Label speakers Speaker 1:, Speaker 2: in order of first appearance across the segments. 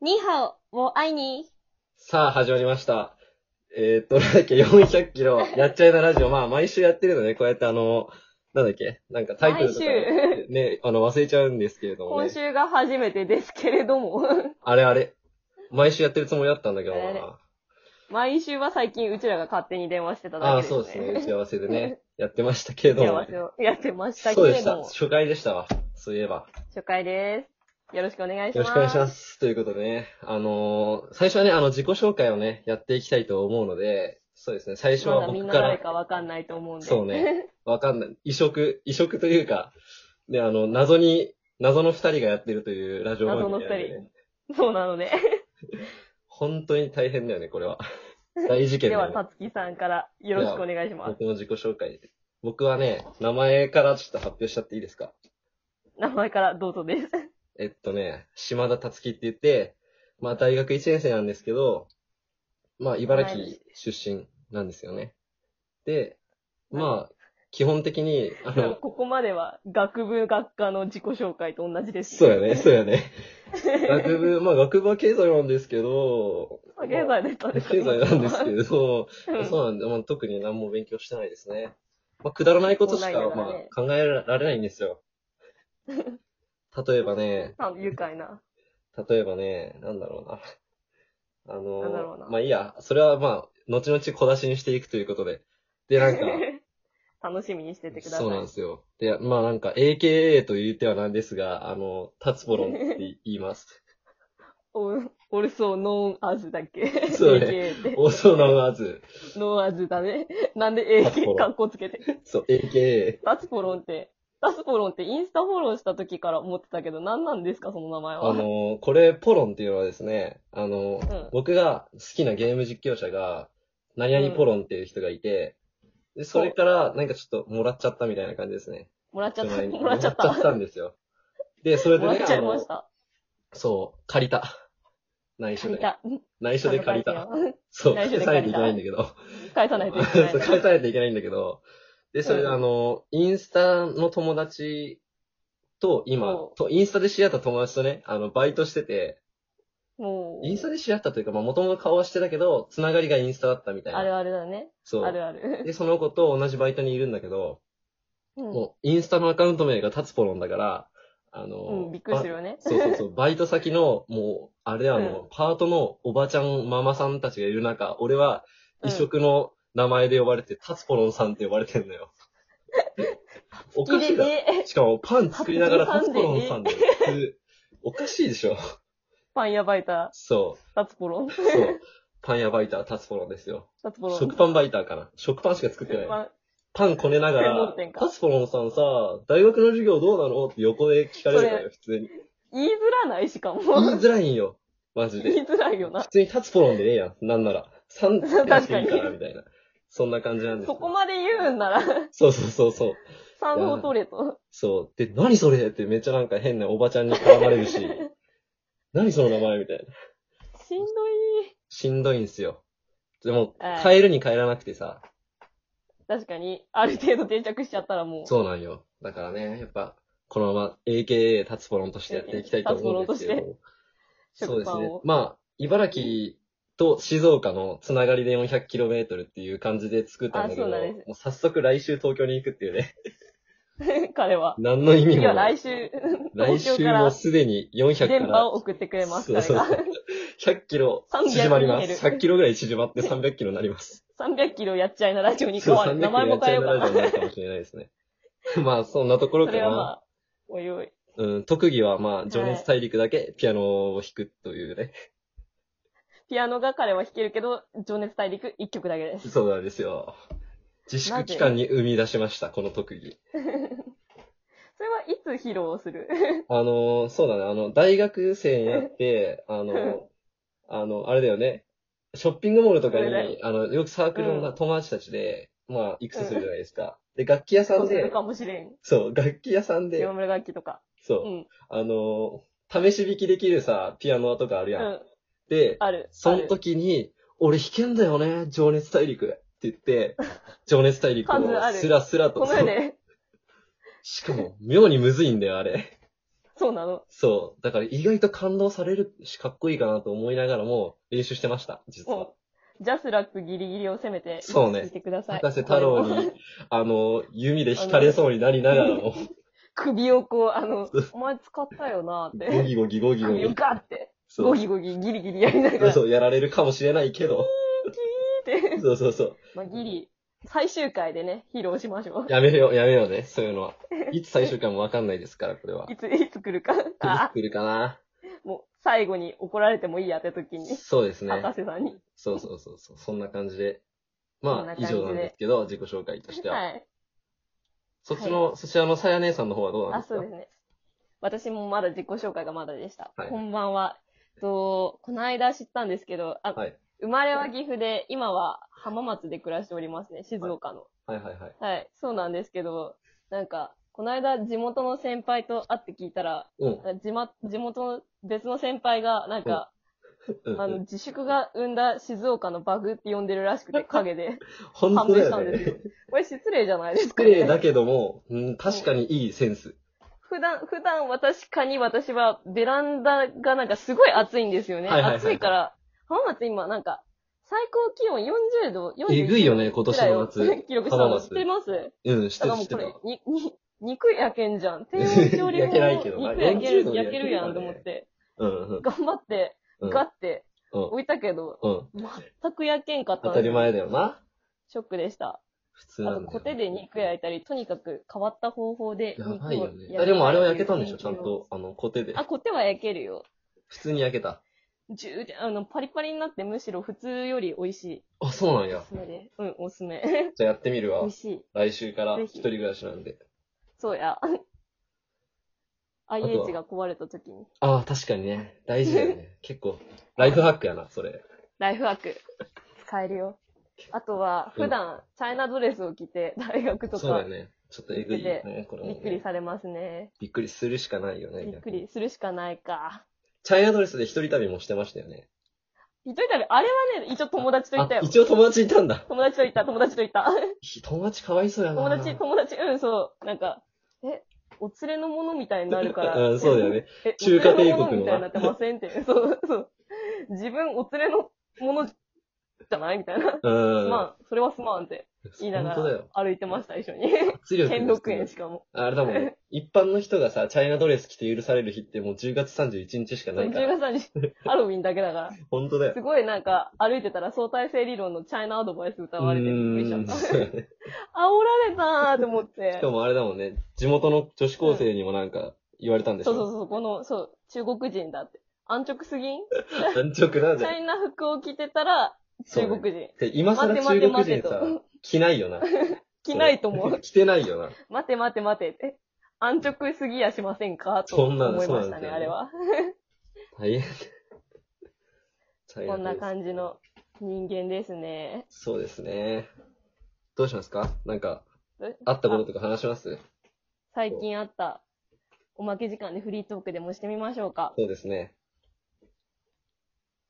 Speaker 1: ニーハオを会いに。
Speaker 2: さあ、始まりました。えー、っと、なんだっけ、400キロ、やっちゃいなラジオ。まあ、毎週やってるのね、こうやってあの、なんだっけ、なんかタイトルとか、
Speaker 1: 毎
Speaker 2: ね、あの、忘れちゃうんですけれども
Speaker 1: 今
Speaker 2: ね。
Speaker 1: 週が初めてですけれど も。
Speaker 2: あれあれ。毎週やってるつもりだったんだけど
Speaker 1: あれ
Speaker 2: な。
Speaker 1: 毎週は最近うちらが勝手に電話してた
Speaker 2: あ
Speaker 1: だけ
Speaker 2: あ、
Speaker 1: ですね。
Speaker 2: そうですね。打ち合わせでね、 やってましたけれども
Speaker 1: 幸せをやってましたけ
Speaker 2: そうで
Speaker 1: れ
Speaker 2: し
Speaker 1: ど
Speaker 2: た。
Speaker 1: も。
Speaker 2: 初回でしたわ。そういえば。
Speaker 1: 初回です。よろしくお願いし
Speaker 2: よ
Speaker 1: ます。
Speaker 2: ろしくお願いします。ということでね、あのー最初はね、あの、自己紹介をね、やっていきたいと思うので、そうですね、最初
Speaker 1: ま
Speaker 2: は
Speaker 1: だみんな
Speaker 2: 僕から
Speaker 1: 誰、かわかんないと思うんで。
Speaker 2: そ うね。わかんない。移植、移植というか、で、あの、謎に、謎の二人がやってるというラジオ番組、ね。
Speaker 1: 謎の二そうなので。
Speaker 2: 本当に大変だよね、こ れは。大事件
Speaker 1: で
Speaker 2: だ
Speaker 1: は、
Speaker 2: よね。
Speaker 1: たつきさんからよろしくお願いします。
Speaker 2: 僕の自己紹介。僕はね、名前からちょっと発表しちゃっていいですか
Speaker 1: 名前からどうぞです。
Speaker 2: えっとね、島田達樹って言って、まあ大学1年生なんですけど、まあ茨城出身なんですよね。で、まあ、基本的に、あの、
Speaker 1: ここまでは学部学科の自己紹介と同じです。
Speaker 2: そうやね、そうやね。 学部、まあ学部は経済なんですけど、
Speaker 1: あ経済でしたね
Speaker 2: 経済なんですけど、
Speaker 1: うん
Speaker 2: そうなんで、まあ、特に何も勉強してないですね。まあ、くだらないことしか、
Speaker 1: そうなんだ
Speaker 2: まあ
Speaker 1: ね、
Speaker 2: 考えられないんで すよ。例えばね、
Speaker 1: あ愉快な。
Speaker 2: 例えばね、なんだろうな。あ
Speaker 1: なんだろうな
Speaker 2: の、まあいいや、それはまあ、後々小出しにしていくということで。で、なんか、
Speaker 1: 楽しみにしててください。
Speaker 2: そうなんですよ。で、まあなんか、AKA と言ってはなんですが、あの、タツポロンって言います。
Speaker 1: オルオルソーノーンアズだっけ
Speaker 2: そうね
Speaker 1: AKA って。
Speaker 2: オーソナーズ。
Speaker 1: ノーアズだね。なんで
Speaker 2: タツポ
Speaker 1: AK
Speaker 2: ロン
Speaker 1: かっこつけて。
Speaker 2: そう、AKA。
Speaker 1: タツポロンって、タツポロンってインスタフォローした時から思ってたけど、何なんですかその名前は。
Speaker 2: あの、これ、ポロンっていうのはですね、あの、
Speaker 1: うん
Speaker 2: 僕が好きなゲーム実況者が、何々ポロンっていう人がいて、で、それから、なんかちょっともらっちゃったみたいな感じですね。
Speaker 1: もらっちゃった。
Speaker 2: 人前に
Speaker 1: もらっちゃっ
Speaker 2: も
Speaker 1: た
Speaker 2: らっちゃっ。たんですよ。で、それ
Speaker 1: もら
Speaker 2: でね、
Speaker 1: っちゃいました。
Speaker 2: そう、借りた。内緒
Speaker 1: 借り
Speaker 2: で。
Speaker 1: た。
Speaker 2: 内緒で借りた。そう、
Speaker 1: 内緒
Speaker 2: 返
Speaker 1: で
Speaker 2: さない
Speaker 1: 借りた
Speaker 2: といけないんだけど。
Speaker 1: 返さないといけない
Speaker 2: そう返さないといけないんだけど。で、それで
Speaker 1: うん
Speaker 2: あの、インスタの友達と今
Speaker 1: おう、
Speaker 2: とインスタで知り合った友達とね、あの、バイトしてて、
Speaker 1: もう。
Speaker 2: インスタで知り合ったというか、まあ、もともと顔はしてたけど、つながりがインスタだったみたいな。
Speaker 1: あるあるだね。
Speaker 2: そう。
Speaker 1: あるある。
Speaker 2: で、その子と同じバイトにいるんだけど、
Speaker 1: うん
Speaker 2: もう、インスタのアカウント名がタツポロンだから、あの、
Speaker 1: うん、びっくりするよね。
Speaker 2: そうそうそう、バイト先の、もう、あれあの、パートのおばちゃん、ママさんたちがいる中、俺は異色の名前で呼ばれて、タツポロンさんって呼ばれてん のよ。おかしいだろ。
Speaker 1: で、
Speaker 2: しかも、パン作りながらタ
Speaker 1: タ
Speaker 2: ツ
Speaker 1: ツ
Speaker 2: ポ
Speaker 1: ポ
Speaker 2: ロ
Speaker 1: ロ
Speaker 2: ン
Speaker 1: ン
Speaker 2: さ
Speaker 1: さ
Speaker 2: ん
Speaker 1: ん
Speaker 2: で、普通 おかしいでしょ。
Speaker 1: パン屋バイタ
Speaker 2: そ
Speaker 1: ー、タツポロン
Speaker 2: う。。そう。パン屋バイター、タツポロンですよ。
Speaker 1: タツポロン。
Speaker 2: 食パンバイターかな。食パンしか作ってない。
Speaker 1: まあ
Speaker 2: パンこねなが
Speaker 1: 専門
Speaker 2: ら
Speaker 1: 店、か
Speaker 2: タツポロンさんさ、大学の授業どうなのって横で聞かれるから
Speaker 1: そ
Speaker 2: よ、普通に。
Speaker 1: 言いづらないしかも。
Speaker 2: 言いづらいんよ。マジ で。
Speaker 1: 言いづらいよな
Speaker 2: 普。通にタツポロンでええやん。なんなら。三
Speaker 1: 確かに
Speaker 2: いいかな、みたいな。そんな感じなんです
Speaker 1: そ
Speaker 2: よ
Speaker 1: こまで言うんな ら、
Speaker 2: そうそうそうそう。
Speaker 1: 三方取れと。
Speaker 2: そう。で、何それってめっちゃなんか変なおばちゃんに絡まれ るし。何その名前みたいな。
Speaker 1: しんどい。
Speaker 2: しんどいんすよ。でも
Speaker 1: あ、あ
Speaker 2: 変えるに変えらなくてさ。
Speaker 1: 確かに、ある程度定着しちゃったらもう。
Speaker 2: そうなんよ。だからね、やっぱ、このまま AKA タツポロンとしてやっていきたいと思うんですけ
Speaker 1: タツ
Speaker 2: ど
Speaker 1: ポ
Speaker 2: も。そう
Speaker 1: 食
Speaker 2: です
Speaker 1: パン
Speaker 2: ね
Speaker 1: を。。
Speaker 2: まあ、茨城と静岡のつながりで 400km っていう感じで作ったんだけど、
Speaker 1: あそう
Speaker 2: も
Speaker 1: なんです
Speaker 2: う早速来週東京に行くっていうね。
Speaker 1: 彼は。
Speaker 2: 何の意味
Speaker 1: 次
Speaker 2: も
Speaker 1: は
Speaker 2: ない。
Speaker 1: 来週、
Speaker 2: 来
Speaker 1: 東
Speaker 2: 週
Speaker 1: 京か
Speaker 2: も
Speaker 1: ら
Speaker 2: すでに400か
Speaker 1: 電波
Speaker 2: ら
Speaker 1: を送ってくれます、
Speaker 2: そう
Speaker 1: 彼
Speaker 2: そう
Speaker 1: が。
Speaker 2: 100キロ
Speaker 1: 300
Speaker 2: 縮まります。
Speaker 1: に減
Speaker 2: 100キロぐらい縮まって300キロになります。
Speaker 1: 300キロやっちゃいなラジオに変
Speaker 2: そう、
Speaker 1: わる。名前
Speaker 2: やっ
Speaker 1: も
Speaker 2: ちゃ
Speaker 1: 変えよ
Speaker 2: い
Speaker 1: うか
Speaker 2: ラジオ
Speaker 1: な。
Speaker 2: になるかもしれないですね。 まあ、そんなところ
Speaker 1: そ
Speaker 2: か
Speaker 1: れ
Speaker 2: な。
Speaker 1: はまあ、おいおい。
Speaker 2: うん、特技はまあ、情熱大陸だけピアノを弾くというね。
Speaker 1: ピアノが彼は弾けるけど、情熱大陸1曲だけです。
Speaker 2: そうなんですよ。自
Speaker 1: な
Speaker 2: 粛
Speaker 1: ぜ
Speaker 2: 期間に生み出しました、この特技。
Speaker 1: それはいつ披露する
Speaker 2: あのー、そうだね、あの、大学生になって、あの、あの、あれだよね、ショッピングモールとか
Speaker 1: それだ
Speaker 2: に、あの、よくサークルの
Speaker 1: う
Speaker 2: なん友達たちで、まあ、行くつするじゃないですか。で、楽器屋さ
Speaker 1: そ
Speaker 2: ん
Speaker 1: うする
Speaker 2: で、
Speaker 1: かもしれん。
Speaker 2: そう、楽器屋さんで
Speaker 1: 清、村楽器とか。
Speaker 2: そうう、
Speaker 1: ん。
Speaker 2: あのー、試し弾きできるさ、ピアノとかある
Speaker 1: う
Speaker 2: やん。
Speaker 1: ん。
Speaker 2: で、
Speaker 1: ある。
Speaker 2: その時に、俺弾けんだよね、情熱大陸って言って、情熱大陸を
Speaker 1: 数ある
Speaker 2: スラスラ
Speaker 1: ある
Speaker 2: と、
Speaker 1: この世で、
Speaker 2: しかも、妙にむずいんだよ、あれ。
Speaker 1: そうなの。
Speaker 2: そう。だから意外と感動されるし、かっこいいかなと思いながらも練習してました、実は
Speaker 1: も。う、ジャスラックギリギリを攻めて、
Speaker 2: そうね
Speaker 1: いてください。
Speaker 2: 博士太郎に、あの、弓で引かれそうになりながらも、
Speaker 1: 首をこう、あの、お前使ったよなって。
Speaker 2: ゴギゴギゴギゴ
Speaker 1: 首を
Speaker 2: ギ。
Speaker 1: ガッて、
Speaker 2: そ
Speaker 1: ゴ
Speaker 2: う。
Speaker 1: ギゴギギリギリやりながら、
Speaker 2: そう、やられるかもしれないけど。
Speaker 1: って、
Speaker 2: そうそうそう。
Speaker 1: まあ、ギリ、最終回でね、披露しましょう。
Speaker 2: やめよう、やめようね、そういうのは。いつ最終回もわかんないですから、これは。
Speaker 1: いつ、いつ来るか。
Speaker 2: い
Speaker 1: あ
Speaker 2: つ、来るかな。
Speaker 1: もう、最後に怒られてもいいやって時に、
Speaker 2: そうですね。
Speaker 1: 博士さんに。
Speaker 2: そうそうそうそう。そんな感じで。
Speaker 1: そん
Speaker 2: まあ
Speaker 1: な、感
Speaker 2: 以
Speaker 1: じで
Speaker 2: 上なんですけど、自己紹介としては。
Speaker 1: はい。
Speaker 2: そっちの、そちらのさや姉さんの方はどうな
Speaker 1: あ、
Speaker 2: んですか
Speaker 1: そうですね。私もまだ自己紹介がまだでした。
Speaker 2: はい
Speaker 1: こんばんは。と、この間知ったんですけど、あ、
Speaker 2: はい
Speaker 1: 生まれは岐阜で、今は浜松で暮らしておりますね。静岡の。
Speaker 2: はいはいはい。
Speaker 1: はい、そうなんですけど、なんか、この間地元の先輩と会って聞いたら、
Speaker 2: うん。
Speaker 1: 地ま地元の別の先輩が、なんか、
Speaker 2: うん
Speaker 1: あの、自粛が生んだ静岡のバグって呼んでるらしく て、影で。
Speaker 2: 本
Speaker 1: 判
Speaker 2: 当
Speaker 1: 明
Speaker 2: だ
Speaker 1: した
Speaker 2: よ
Speaker 1: んですよ
Speaker 2: ね。。
Speaker 1: これ失礼じゃないですか、
Speaker 2: 綺麗だけども、うん、確かにいいセンス。
Speaker 1: 普段、普段私かに私はベランダがなんかすごい暑いんですよね。
Speaker 2: はいはいはい
Speaker 1: 暑いから、浜松今なんか最高気温40度、41度
Speaker 2: えぐいよね、今年
Speaker 1: く
Speaker 2: の
Speaker 1: らい
Speaker 2: 夏
Speaker 1: を。 記録した
Speaker 2: 浜
Speaker 1: の知
Speaker 2: 松
Speaker 1: ってます
Speaker 2: うん、して
Speaker 1: だからも
Speaker 2: るし
Speaker 1: う
Speaker 2: て
Speaker 1: これ
Speaker 2: た。、
Speaker 1: に、に、肉焼けんじゃん。低温調理法
Speaker 2: 焼けないけどな
Speaker 1: 肉焼け
Speaker 2: 40度
Speaker 1: る、焼けるやん
Speaker 2: で焼けるからね
Speaker 1: と思って、
Speaker 2: うん、うん
Speaker 1: 頑張って、
Speaker 2: うん。
Speaker 1: ガッて
Speaker 2: うん
Speaker 1: 置いたけど、
Speaker 2: うん。
Speaker 1: 全く焼けんかった
Speaker 2: 当
Speaker 1: ん
Speaker 2: た
Speaker 1: です
Speaker 2: り前だよな。
Speaker 1: ショックでした。
Speaker 2: 普
Speaker 1: あ
Speaker 2: 通なんだ
Speaker 1: と、コ
Speaker 2: よ。
Speaker 1: テで肉焼いたり、とにかく変わった方法で
Speaker 2: や
Speaker 1: 肉を
Speaker 2: ばいよね。
Speaker 1: 焼
Speaker 2: あ、
Speaker 1: く
Speaker 2: でもあれは焼けたんでしょ
Speaker 1: っ
Speaker 2: ち
Speaker 1: てい
Speaker 2: ゃ
Speaker 1: うん
Speaker 2: と、あの、コテで
Speaker 1: あ、。コテは焼けるよ。
Speaker 2: 普通に焼けた。
Speaker 1: ジューって、あの、パリパリになってむしろ普通より美味しい。
Speaker 2: あ、そうなん
Speaker 1: お
Speaker 2: や
Speaker 1: す。すめで。うん、おすすめ。
Speaker 2: じゃあやってみる
Speaker 1: 美
Speaker 2: わ
Speaker 1: 味。しい。
Speaker 2: 来週から
Speaker 1: ぜ
Speaker 2: 一
Speaker 1: ひ
Speaker 2: 人暮らしなんで。
Speaker 1: そうや。IH が壊れた時に。
Speaker 2: ああ、確かにね。大事だよ ね。結構、ライフハックやな、それ。
Speaker 1: ライフワーク。使えるよ。あとは、
Speaker 2: うん
Speaker 1: 普段、チャイナドレスを着て、大学と
Speaker 2: そうだ
Speaker 1: か、
Speaker 2: ね。ちょっとえぐいよね、これも
Speaker 1: び
Speaker 2: ね
Speaker 1: っくりされますね。
Speaker 2: びっくりするしかないよね。
Speaker 1: びっく
Speaker 2: 逆に。
Speaker 1: りするしかないか。
Speaker 2: チャイナドレスで一人旅もしてましたよね。
Speaker 1: 一人旅、あれはね、一応友達と行ったよ
Speaker 2: あ。一応友達いたんだ。
Speaker 1: 友達と行った、友達と行った。
Speaker 2: ひ友達かわいそうやな。。
Speaker 1: 友達、友達、うん、そう。なんか、え、お連れのものみたいになるから
Speaker 2: うん、そうだよね。
Speaker 1: え
Speaker 2: 中華帝国の
Speaker 1: お連れものみたいになってませんって。 そうそう。自分お連れのものじゃないみたいな。
Speaker 2: うん。
Speaker 1: まあ、それはすまんって言いなが
Speaker 2: 本当
Speaker 1: ら
Speaker 2: だよ。
Speaker 1: 歩いてました、一緒に。
Speaker 2: 圧力
Speaker 1: 兼六園しかも。
Speaker 2: あれだも んね。一般の人がさ、チャイナドレス着て許される日ってもう10月31日しかない
Speaker 1: 10
Speaker 2: から。
Speaker 1: 月3日、ハロウィンだけだから。
Speaker 2: 本当だよ
Speaker 1: す。ごいなんか、歩いてたら相対性理論のチャイナアドバイス歌われてびっくりしちゃった。
Speaker 2: うーんそうだね
Speaker 1: 煽られたーって思っ
Speaker 2: してか。もあれだもんね。地元の女子高生にもなんか言われたんでし
Speaker 1: そ
Speaker 2: ょ
Speaker 1: うそうそう、この、そう、中国人だって。安直すぎん
Speaker 2: 安直なん
Speaker 1: チ
Speaker 2: だ
Speaker 1: ャ
Speaker 2: よ
Speaker 1: イナ服を着てたら、中国人。
Speaker 2: で今更中国
Speaker 1: 待て待て待て
Speaker 2: 人
Speaker 1: と
Speaker 2: さ、着ないよな。
Speaker 1: 着ないと思う。
Speaker 2: 着てないよな。
Speaker 1: 待て待て待てって。安直すぎやしませんかと
Speaker 2: そんな
Speaker 1: 思いま
Speaker 2: そう
Speaker 1: した
Speaker 2: なん
Speaker 1: ね、
Speaker 2: ですよね
Speaker 1: あれは。
Speaker 2: 大変。大変
Speaker 1: こんな感じの。人間ですね。
Speaker 2: そうですね。どうしますかなんか、
Speaker 1: え
Speaker 2: あったこととか話します
Speaker 1: 最近あったおまけ時間でフリートークでもしてみましょうか。
Speaker 2: そうですね。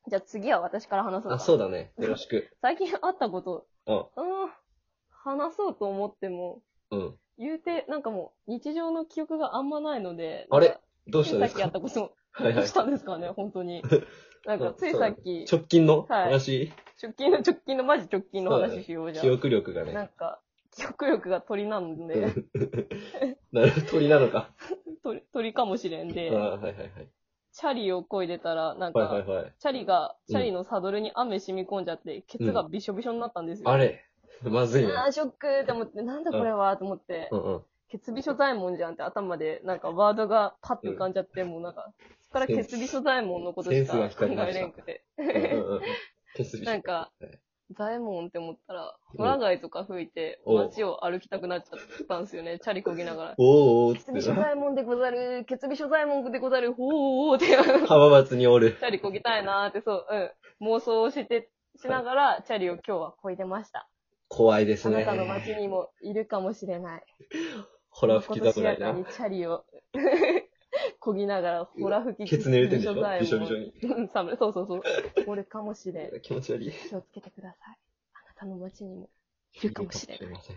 Speaker 1: じゃあ次は私から話そうか。
Speaker 2: あ、そうだね。よろしく。
Speaker 1: 最近あったこと、
Speaker 2: うん。
Speaker 1: うん、話そうと思っても、
Speaker 2: うん。
Speaker 1: 言うて、なんかもう日常の記憶があんまないので、
Speaker 2: あれ
Speaker 1: なんか
Speaker 2: どう
Speaker 1: つ
Speaker 2: した
Speaker 1: い
Speaker 2: ん
Speaker 1: さっき
Speaker 2: です
Speaker 1: あっ
Speaker 2: か
Speaker 1: たこと、
Speaker 2: はい
Speaker 1: ど
Speaker 2: は
Speaker 1: う
Speaker 2: い
Speaker 1: し。たんですかね、本当 に。なんかついさっき、
Speaker 2: 直近の
Speaker 1: はい
Speaker 2: 話、
Speaker 1: 直近の、直近の、マジ直近の
Speaker 2: そうだね
Speaker 1: 話しようじゃん
Speaker 2: 記。憶力が
Speaker 1: な
Speaker 2: ね。
Speaker 1: んか、記憶力が鳥なんで、
Speaker 2: なる鳥なのか。
Speaker 1: 鳥鳥かもしれん
Speaker 2: あ
Speaker 1: で
Speaker 2: ー、はいはいはい。
Speaker 1: チャリを漕いでたら、なんか、
Speaker 2: はいはいはい。
Speaker 1: チャリが、
Speaker 2: うん
Speaker 1: チャリのサドルに雨染み込んじゃって、ケツがびしょびしょになったんですよ。
Speaker 2: あれまずいね。
Speaker 1: あーショックって思って、なんだこれはと思って
Speaker 2: う、んうん。
Speaker 1: ケツびしょ左衛門じゃんって頭で、なんかワードがパッと浮かんじゃって、もうなんか、そこからケツびしょ左衛門のことしか
Speaker 2: センス
Speaker 1: 考
Speaker 2: が光りま
Speaker 1: え
Speaker 2: した
Speaker 1: れんくて。
Speaker 2: うんうん うん。手すり
Speaker 1: なんか、左衛門って思ったら、ホラガイとか吹いて、
Speaker 2: うん
Speaker 1: 街を歩きたくなっちゃったんですよね、チャリ漕ぎながら。
Speaker 2: おーおー
Speaker 1: ケツビ
Speaker 2: っ
Speaker 1: 所
Speaker 2: てな。
Speaker 1: 左衛門でござる、ケツビ所左衛門でござる、ほうおうおうって、チ
Speaker 2: 浜松におる。
Speaker 1: ャリこぎたいなーって、そう、うん。妄想をして、しながら、チャリを今日はこいでました。
Speaker 2: 怖いです
Speaker 1: あ
Speaker 2: ね。
Speaker 1: なたの街にもいるかもしれない。
Speaker 2: ほら吹き
Speaker 1: 今
Speaker 2: たく
Speaker 1: 年
Speaker 2: な
Speaker 1: や
Speaker 2: い
Speaker 1: か
Speaker 2: な
Speaker 1: に。チャリを、 こぎながら、ほら吹き、
Speaker 2: ケツ濡れてんでしょ
Speaker 1: 左衛門
Speaker 2: びしょびしょに。
Speaker 1: うん、寒い。そうそうそう。おるかもしれん。
Speaker 2: 気持ち悪い。
Speaker 1: 気をつけてください。あなたの街にもいるかもしれない。
Speaker 2: いません。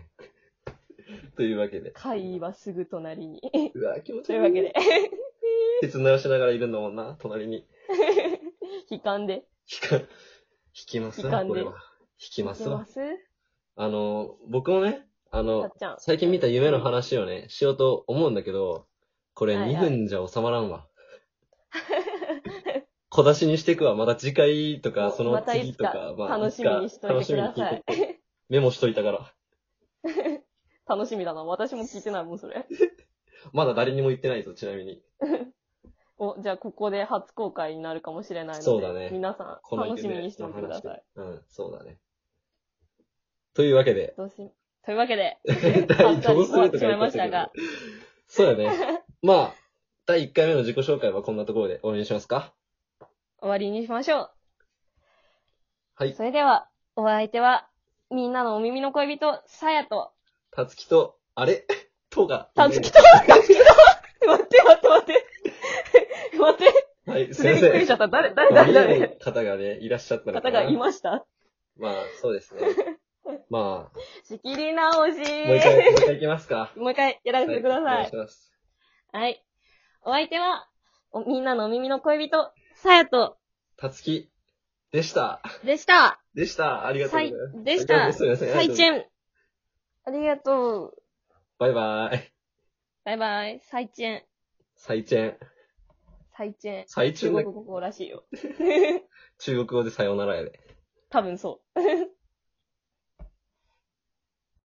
Speaker 2: というわけで。
Speaker 1: 怪異はすぐ隣に。
Speaker 2: うわ、気持ち
Speaker 1: とい
Speaker 2: 悪い。
Speaker 1: うわけで。
Speaker 2: 手綱をしながらいるんだもんな、隣に。
Speaker 1: 悲観で。
Speaker 2: 引か、引きます
Speaker 1: 引かん
Speaker 2: わ、
Speaker 1: で
Speaker 2: これは。引きますわ
Speaker 1: い。す
Speaker 2: あの、僕もね、あ
Speaker 1: たっ
Speaker 2: の、
Speaker 1: ちゃん。
Speaker 2: 最近見た夢の話をね、しようと思うんだけど、これ
Speaker 1: はいはい
Speaker 2: 2分じゃ収まら んわ。小出しにしていくわ。また次回とか、
Speaker 1: もう
Speaker 2: その
Speaker 1: またい
Speaker 2: 次
Speaker 1: つ
Speaker 2: と
Speaker 1: か
Speaker 2: か、
Speaker 1: 楽しみにしといてください
Speaker 2: 楽しみに聞いててメモしといたから。
Speaker 1: 楽しみだな。私も聞いてないもん、それ。
Speaker 2: まだ誰にも言ってないぞ、ちなみに。
Speaker 1: お、じゃあ、ここで初公開になるかもしれないので。
Speaker 2: そうだね
Speaker 1: 皆さ
Speaker 2: こ
Speaker 1: ん、
Speaker 2: の
Speaker 1: 楽
Speaker 2: 夢
Speaker 1: しみにしておいてくだ
Speaker 2: の
Speaker 1: さ
Speaker 2: 話
Speaker 1: い。
Speaker 2: うん、そうだね。というわ けで、
Speaker 1: どうし、というわけ で、
Speaker 2: 第
Speaker 1: 簡単
Speaker 2: ど
Speaker 1: に
Speaker 2: うす
Speaker 1: 終わ
Speaker 2: る
Speaker 1: っ
Speaker 2: と
Speaker 1: て
Speaker 2: か
Speaker 1: しまい
Speaker 2: 言
Speaker 1: ま
Speaker 2: っま
Speaker 1: し
Speaker 2: したたけど
Speaker 1: が。。
Speaker 2: そうだね。 まあ、第1回目の自己紹介はこんなところで終わりにしますか
Speaker 1: 終わりにしましょう。
Speaker 2: はい。
Speaker 1: それでは、お相手は、みんなのお耳の恋人、さやと、
Speaker 2: たつきと、あれ とが。
Speaker 1: たつき と、たつきと、待って待って待って。 待って、
Speaker 2: はい、
Speaker 1: そ
Speaker 2: 先
Speaker 1: れびっくりしち
Speaker 2: 生。
Speaker 1: ゃった。誰、誰、
Speaker 2: まあ
Speaker 1: 誰、
Speaker 2: 見えない
Speaker 1: 誰、
Speaker 2: 方がね、いらっしゃったのか
Speaker 1: 方
Speaker 2: な。
Speaker 1: がいました。
Speaker 2: まあ、そうですね。まあ、
Speaker 1: 仕切り直し。
Speaker 2: もう一回、もう一回いきますか。
Speaker 1: もう一回やらせてくだ
Speaker 2: はお
Speaker 1: さ
Speaker 2: 願い
Speaker 1: い
Speaker 2: し。ます。
Speaker 1: はい。お相手は、おみんなのお耳の恋人、さやと、
Speaker 2: たつき、でした。
Speaker 1: でした。
Speaker 2: でした。ありがとう
Speaker 1: さ
Speaker 2: ござい
Speaker 1: い
Speaker 2: ます。、
Speaker 1: でし
Speaker 2: あ
Speaker 1: た。
Speaker 2: そうですね
Speaker 1: さいちゅん。ありがとう。
Speaker 2: バイバイ。
Speaker 1: バイバイ。さいちゅん。
Speaker 2: 再チェン。
Speaker 1: さいちゅん。
Speaker 2: 再チェ
Speaker 1: 中
Speaker 2: ンだ
Speaker 1: 国語らしいよ。
Speaker 2: 中国語でさようならやで。
Speaker 1: 多分そう。